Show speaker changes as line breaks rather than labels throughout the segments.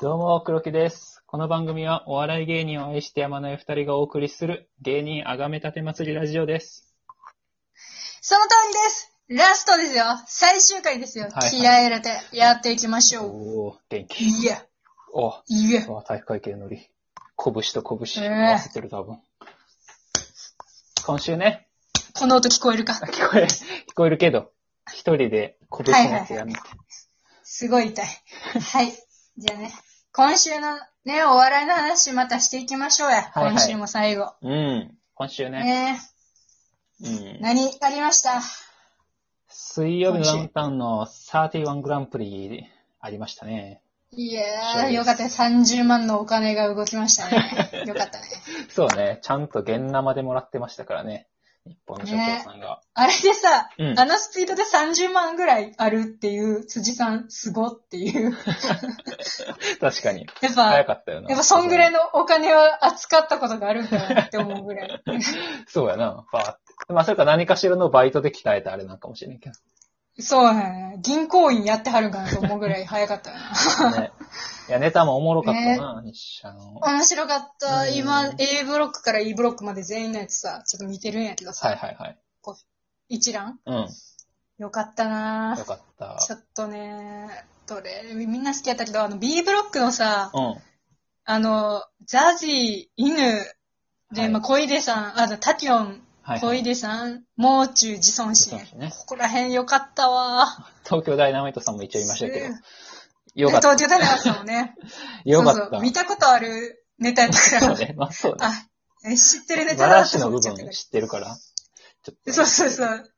どうも、黒木です。この番組はお笑い芸人を愛してやまない二人がお送りする芸人あがめたて祭りラジオです。
その通りですラストですよ最終回ですよ、
はいはい
気合い入れてやっていきましょう
おお元気。
いや
お
いや
お体育会系のり。拳と拳
えー
合わせてる、多分。今週ね、
この音聞こえるか
聞こえ、聞こえるけど、一人で拳のやつやめて。
すごい痛い。はい。じゃあね、今週のね、お笑いの話またしていきましょうや。
はいはい
今週も最後。
うん。今週ね、
ね
うん
え、何ありました
水曜日のダウンタウンの31グランプリありましたね。
い
そう
やー、
です
よかったね。30万のお金が動きましたね。よかったね。
そうね、ちゃんと現生でもらってましたからね。日本の社長さんが。
あれでさ、
うん
あのスピードで30万ぐらいあるっていう辻さん、すごって いう。
確かに。
やっ
早
ぱ、
かったよな。
やっぱそんぐらい
い。
のお金を扱ったことがあるんだなって思うぐらい。
そうやな。バーって。まあ、それか何かしらのバイトで鍛えたあれなんかもしれんけ
そうやね。銀行員やってはるんかなと思うぐらい早かったよな。
ど。ね。いや、ネタもおもろかったな、日社の。はい
面白かった。
うん
今、A ブロックから E ブロックまで全員のやつさ、ちょっと見てるんやけどさ、
はいはい。
一覧
うん。
よかったな
よかった。
ちょっとねどれみんな好きやったけど、あの B ブロックのさ、
うん。
あの、ザジー、犬、で、
はい
まあ、小出さん、あの、タキョン、
はい、
小
はい。
出さん、もう中、自尊心
自尊心ね
ここら辺よかったわ。
東京ダイナマイトさんも一応いましたけど
す。
よかった。
東京タイガースさんもね。
よか
そう
っ
そ
た
う。。見たことあるネタやったか
そ
ら
う。ね。まあそうね。
あ、え知ってるネタ
バ
だ
ラ
な
シ
と
の
思
部
っちゃった
分
けど
知ってるから。ちょっと
そうそうそう。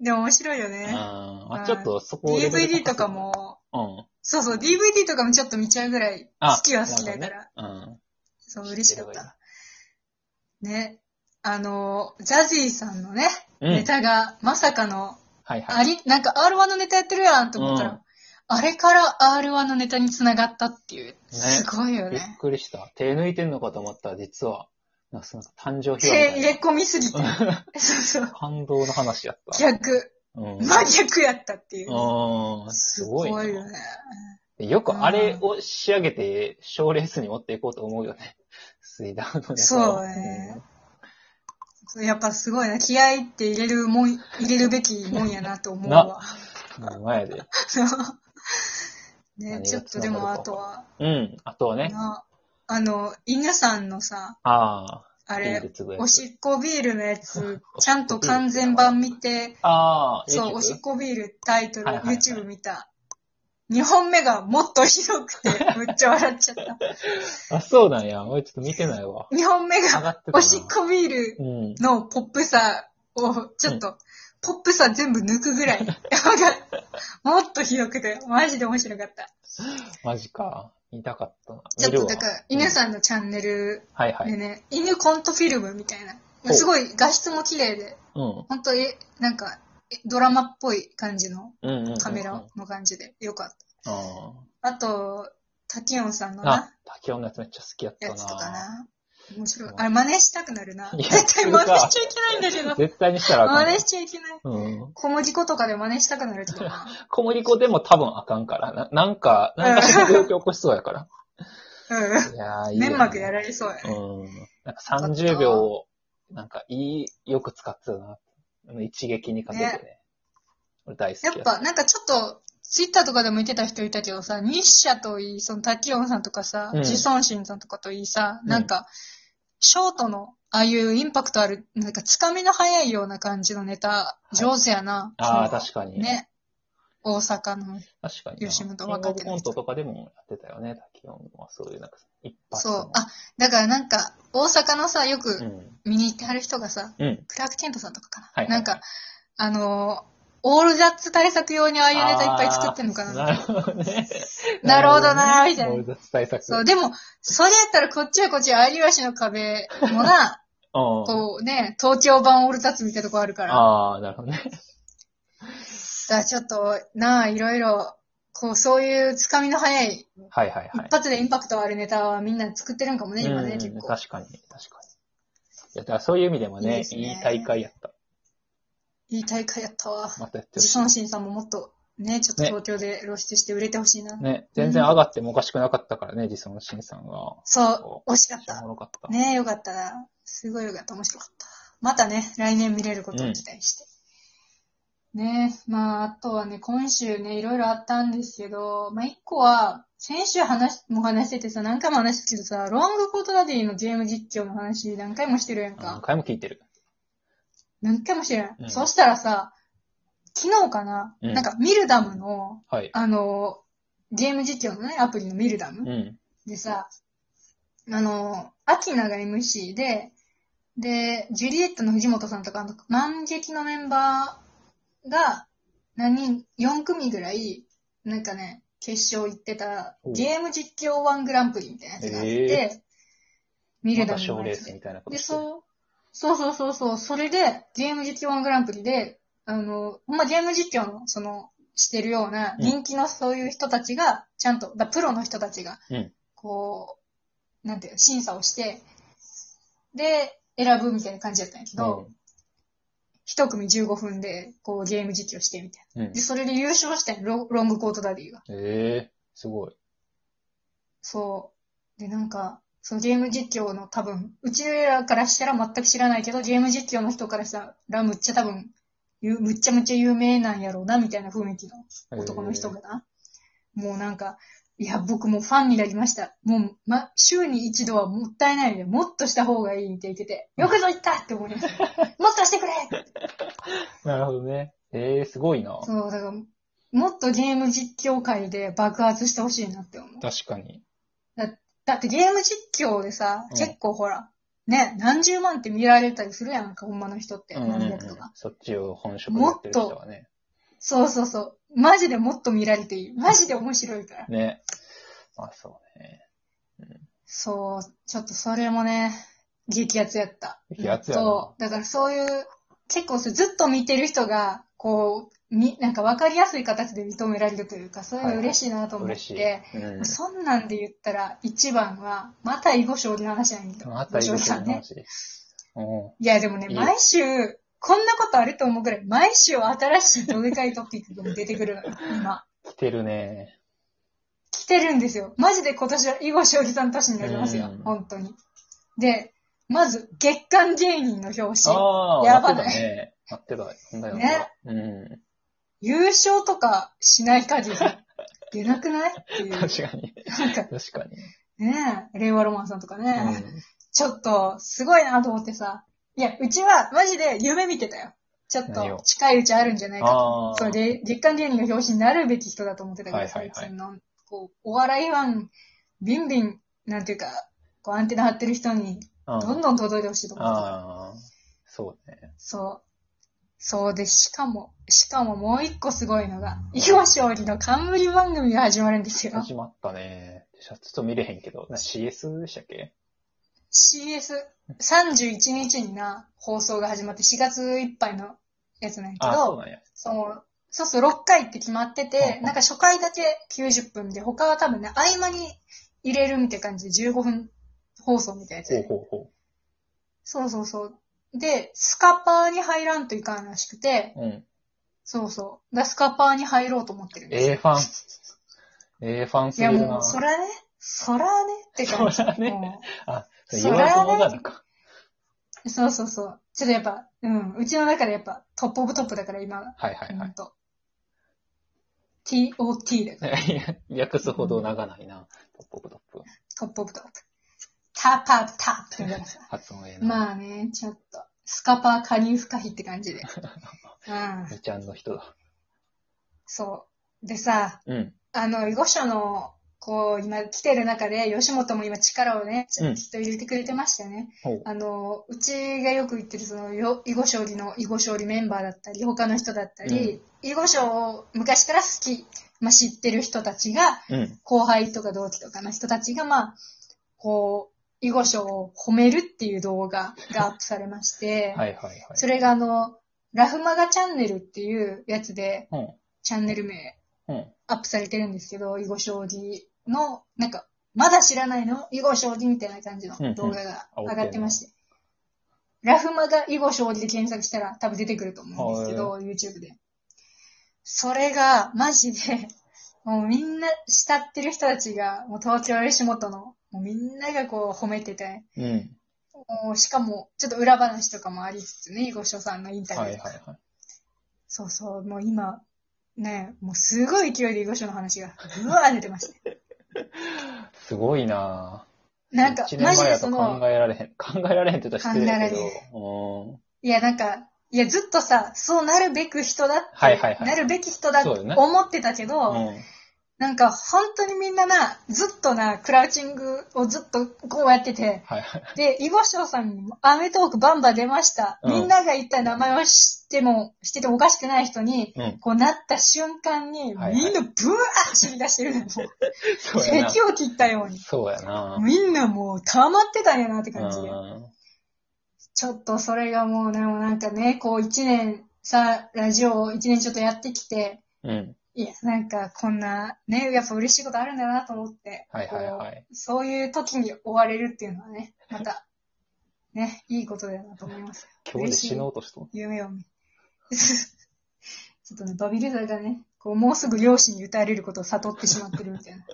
でも面白いよ
うん。
ね。
まあちょっとそこをレベル高く
DVD とか。も、
うん。
そうそう、DVD とかもちょっと見ちゃうぐらい、
あ
好きは好きだから、
うん。
そう、嬉しかっ
知ってれば
た。ね。あの、ザジーさんのね、
うん。
ネタが、まさかの、
はいは
あ
い。
り、なんか R1 のネタやってるやんと思ったら、
うん
あれから R1 のネタに繋がったっていう、すごいよ
びっ
ね。
くりした。手抜いてんのかと思ったら、実は、なんかその誕生
手
秘話
入
みた
れ
い
込みすぎて。そう
な。
そう。
感動の話やった。
逆、
うん。
真逆やったっていう。
うん。すごいな。
よね。
よくあれを仕上げて、賞レースに持っていこうと思うよね。水ダウのネタを
そうね。やっぱすごいな。気合って入れるもん、入れるべきもんやなと思うわ。
うん前で。
ね
何、が
ちょっとでもあとは、
うん。あとはね。
なあの、犬さんのさ、
ああ。
あ
ビー
れ
ル、つぶや
お
つ
しっこビールのや つ、ちゃんと完全版見て、
ああ。
そう、
YouTube？
おしっこビールタイトル、
はいはいはい
YouTube 見た。2本目がもっとひど くて、むっちゃ笑っちゃった。
あ、そうなんや。俺ちょっと見てないわ。
2本目
上が
が、
ってたな。
おしっこビール
うん。
のポップさを、ちょっと、ポップさ全部抜くぐらい。もっとひどくて、マジで面白かった。
マジか。見たかったな。
ちょっ
見る
と、
わ
だから、犬さんのチャンネル
はいは
で
い。
ね、犬コントフィルムみたいな。
ほう
すごい画質も綺麗で、
うん。
ほんと、え、なんか、えドラマっぽい感じの
うんうんうんうん。
カメ
あ
ラの感じで、よかっ
あ。
た。あと、タキヨンさんの
あ
な、、
竹雄のやつめっちゃ好きやった
や
な。
つとかな。面白い
そ。う
あれ、真似したくなるな。
いや
絶対真似しちゃいけないんだけど。
絶対にしたらあかん
真
よ
似しちゃいけない。
うん。
小麦粉とかで真似したくなるけどな。
小麦粉でも多分あかんから。ななんか、なんかしら病気起こしそうやから。
う
いやー、い
ん。
いよね。
粘膜やられそうやね。
うん。なんか30秒を、なんかいい、よく使ってたな。あの一撃にかけてね。俺大好き
や
や
っぱなんかちょっと、ツイッターとかでも言ってた人いたけどさ、日社といい、そのタキオンさんとかさ、
うん
ジソンシンさんとかといいさ、
うん
なんか、ショートの、ああいうインパクトある、なんかつかみの早いような感じのネタ、
い
上手やな。
ああ、確かに。
に。ね。大阪の。
確かにな。
吉
キン
本
グオ
若
ブ
手
コ
の
ン
人
トとかでもやってたよね、竹雄は。そういう、なんか、一発
そ
の
う。あ、だからなんか、大阪のさ、よく
う
見に行ってはる人がさ、
ん。うん。
クラーク・ケントさんとかかな。
はいはい
なんか、あのーオールザッツ対策用にああいうネタいっぱい作ってんのかな。
なるほどね。
なるほどなーみたいな
俺たち対策。
そう、でも、それやったらこっちはこっち、有吉の壁もな、
うん。
こうね、東京版オールタッツみたいなとこあるから。だか
ああ、なるほどね。
らちょっと、なあ、いろいろ、こう、そういうつかみの早い、
はいはいはい
一。発でインパクトあるネタはみんな作ってるんかもね、今ね、
うん
結構。
確かに、確かに。いや、だからそういう意味でもね、い
いい
い
ですね
大会やった。
いい大会やったわ。
またやってほ
自
しい
尊心さんももっとね、ちょっと東京で露出して売れてほしいな。
ね、全然上がってもおかしくなかったからね、ジソンシンさんは。
そう、惜しかっ
お
た。
もろかった。
ねよかったな。すごいよかった。面白かった。またね、来年見れることを期待して。ねまあ、あとはね、今週ね、いろいろあったんですけど、まあ、一個は、先週話し、もう話しててさ、何回も話してたけどさ、ロングコートダディのゲーム実況の話何回もしてるやん
何
か。
回も聞いてる。
何回もしてるやん。
うん
そうしたらさ、昨日かな、
うん
なんか、ミルダムの、
はい。
あの、ゲーム実況のね、アプリのミルダム、
うん。
でさ、あの、アキナが MC で、で、ジュリエットの藤本さんとか、あの、万劇のメンバーが、何人、4組ぐらい、なんかね、決勝行ってた、
おう
ゲーム実況1グランプリみたいなやつがあって、
へ
見
ま
るだ
た
け
賞
の
レー
やつ
スみたいなこと
で、
してる。
そう、そうそうそうそう、それで、ゲーム実況1グランプリで、あの、ほんまゲーム実況の、その、してるような、
うん
人気のそういう人たちが、ちゃんと、だプロの人たちが
うん、
こう、なんていうの審査をして、で、選ぶみたいな感じだったんやけど、一組15分で、こう、ゲーム実況してみたい
うん。うん
な。で、。それで優勝したんやロロングコートダディが。
ええすごい。
そう。で、なんか、そのゲーム実況の多分、うちらからしたら全く知らないけど、ゲーム実況の人からしたら、むっちゃ多分、ゆむっちゃむちゃ有名なんやろうな、みたいな雰囲気の男の人
が。
がな。もうなんか、いや、僕もうファンになりました。もう、ま、週に一度はもったいないので、もっとした方がいいって言ってて、よくぞ言ったって思いました。もっとしてくれ
なるほどね。ええすごいな。
そう、だから、もっとゲーム実況界で爆発してほしいなって思う。
確かに。
だってゲーム実況でさ、
うん
結構ほら、ね、何十万って見られたりするやんか、ほんまの人って、
うんうん
何
うん
百とか。
そっちを本職でやってる人はね。
そうそうそう。マジでもっと見られていい。マジで面白いから。
ね。まあそうね。
そう、ちょっとそれもね、激アツやった。
激アツやな
そう、だからそういう、結構そうずっと見てる人が、こう、み、なんか分かりやすい形で認められるというか、そういうの嬉しいなと思って、
嬉しい。うん。
そんなんで言ったら、一番は、また囲碁将棋の話なんだけど。
あったり
囲碁
で
将
し
棋さ
ょうんね
ね。。
うん
いや、でもね、
いいよ
毎週、こんなことあると思うぐらい、毎週新しいどでかいトピックが出てく るのよ、今。
来てるね。
来てるんですよ。マジで今年は囲碁将棋さん年になりますよ
うん、
本当に。で、まず、月刊芸人の表紙。
ああ、
や
待
ば
って
ない
たね。待ってた。そんだよ
ね
うん。
優勝とかしない限 り、出なくないっていう。なんか、
確かに。確かに。
ねえ、令和ロマンさんとかね、
うん
ちょっと、すごいなと思ってさ。いや、うちは、マジで夢見てたよ。ちょっ
何
と
を、
近いうちあるんじゃないかと
ああ。
そう、で、月刊芸人の表紙になるべき人だと思ってたけ
は
ど、
いはいは
最
い
近の、こう、お笑いファン、ビンビン、なんていうか、こう、アンテナ張ってる人に、
うん
どんどん届いてほしいと思ってた。
ああ、そうね。
そう。そうで、しかも、しかももう一個すごいのが、囲碁将棋の冠番組が始まるんですよ。
始まったね。ちょっと見れへんけど。な CS でしたっけ
CS31 日にな、放送が始まって、4月いっぱいのやつなんやけ
ああ、そう
ど、
なんや。
その、そうそう、6回って決まって
うん
て
う、ん
なんか初回だけ90分で、他は多分ね、合間に入れるみたいな感じで15分放送みたいなや
ほう
つ。
ほうほ
そうそうそう。で、スカパーに入らんといかんらしくて、
う。うん。
そうそう。だスカパーに入ろうと思ってるんですよ。
A ファン。A ファン
い
すぎ
や
る
も
な。
う、そらね、そらねって感じ。
そらね
もう
あ、それ
そ
言
ら
われそうなのか。
そうそうそう。ちょっとやっぱ、うん、うちの中でやっぱトップオブトップだから今、
はいはい
ほ
は
んと。TOT だから、
い。 訳すほど長ないな。トップオブトップ。
トップオブトップ。タップアップタップみたいなさ。
発音ええな。
まあね、ちょっと、スカパー加入不可避って感 じで。うん、
みちゃんの人だ。
そう。でさ、
うん。
あの、囲碁書の、こう、今来てる中で、吉本も今力をね、ちょ
うん
っと入れてくれてましたよね。
ほう。
あの、うちがよく言ってる、その、よ囲碁将棋の囲碁将棋メンバーだったり、他の人だったり、囲碁将を昔から好き、まあ、知ってる人たちが、
うん。
後輩とか同期とかの人たちが、まあ、こう、囲碁書を褒めるっていう動画がアップされまして、
はいはいはい。
それがあの、ラフマガチャンネルっていうやつで、
うん。
チャンネル名
うん。
アップされてるんですけど、囲碁将棋の、なんか、まだ知らないの囲碁将棋みたいな感じの
うんうん
動画が
煽ってんの
上がってまして。ラフマガ囲碁将棋で検索したら多分出てくると思うんですけど、YouTube で。それが、マジで、もうみんな慕ってる人たちが、もう東京吉本の、もうみんながこう褒めてて、
うん。
もうしかも、ちょっと裏話とかもありつつね、ご所さんのインタビュ
は
ー
い
と
はい
か。
はい。
そうそう、もう今、ね、もうすごい勢いで囲碁書の話が、うわー出て ました。
すごいなぁ。
なんか
1、
マ
年
ジ
前
で
だ
そ
と
の
考、えられへん。 考えられへんって言ったら失礼だけ
考えら
ど。
いや、なんか、いや、ずっとさ、そうなるべく人だって、
はいはいはい
なるべき人だって
そうよね
思ってたけ
う
ど、
ん。うん。
なんか、本当にみんなな、ずっとな、クラウチングをずっとこうやってて、
はいはい。
で、囲碁将さんにも、アメトークバンバン出ました。
うん
みんなが言った名前を知っても、知っててもおかしくない人に、
うん。
こうなった瞬間に、みん
は
ない
はい
ブワー走り出してるのよ。もう
そう やな。
咳を切ったように。
そうやな
みんなもう溜まってたんやなって感じで。
うん。
ちょっとそれがもうね、もうなんかね、こう一年さ、ラジオを一年ちょっとやってきて、
うん。
いや、なんかこんな、ね、やっぱ嬉しいことあるんだなと思って。
はいはいは
こ
い。
うそういう時に追われるっていうのはね、また、ね、いいことだなと思います。
今日で死のうとしとん
夢を見。 ちょっとね、バビルザがね、こう、もうすぐ両親に歌われることを悟ってしまってるみた いな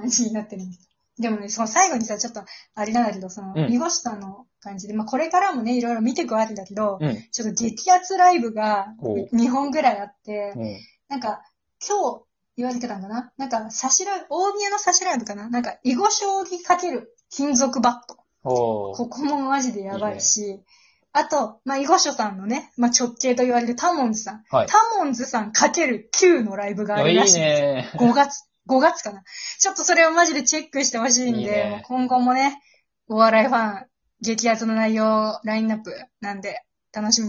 感じになってるんです。でもね、その最後にさ、ちょっと、あれなんだけど、その
う、ん
濁したの感じで、まあこれからもね、いろいろ見ていくわけだけど、
うん。
ちょっと激アツライブが
おう
2本ぐらいあって、
うん。
なんか、今日言われてたんだな。なんか、差しライブ、大宮の差しライブかななんか、囲碁将棋かける金属バット。
おー
ここもマジでやばいし、あと、まあ、囲碁書さんのね、まあ、直系と言われるタモンズさん。
はい
タ。モンズさんかける9のライブがある
いや
ら
いい
しい。
ね
5月、5月かな。ちょっとそれをマジでチェックしてほしいんで、
いいね
もう今後もね、お笑いファン、激アツの内容、ラインナップなんで、楽しみに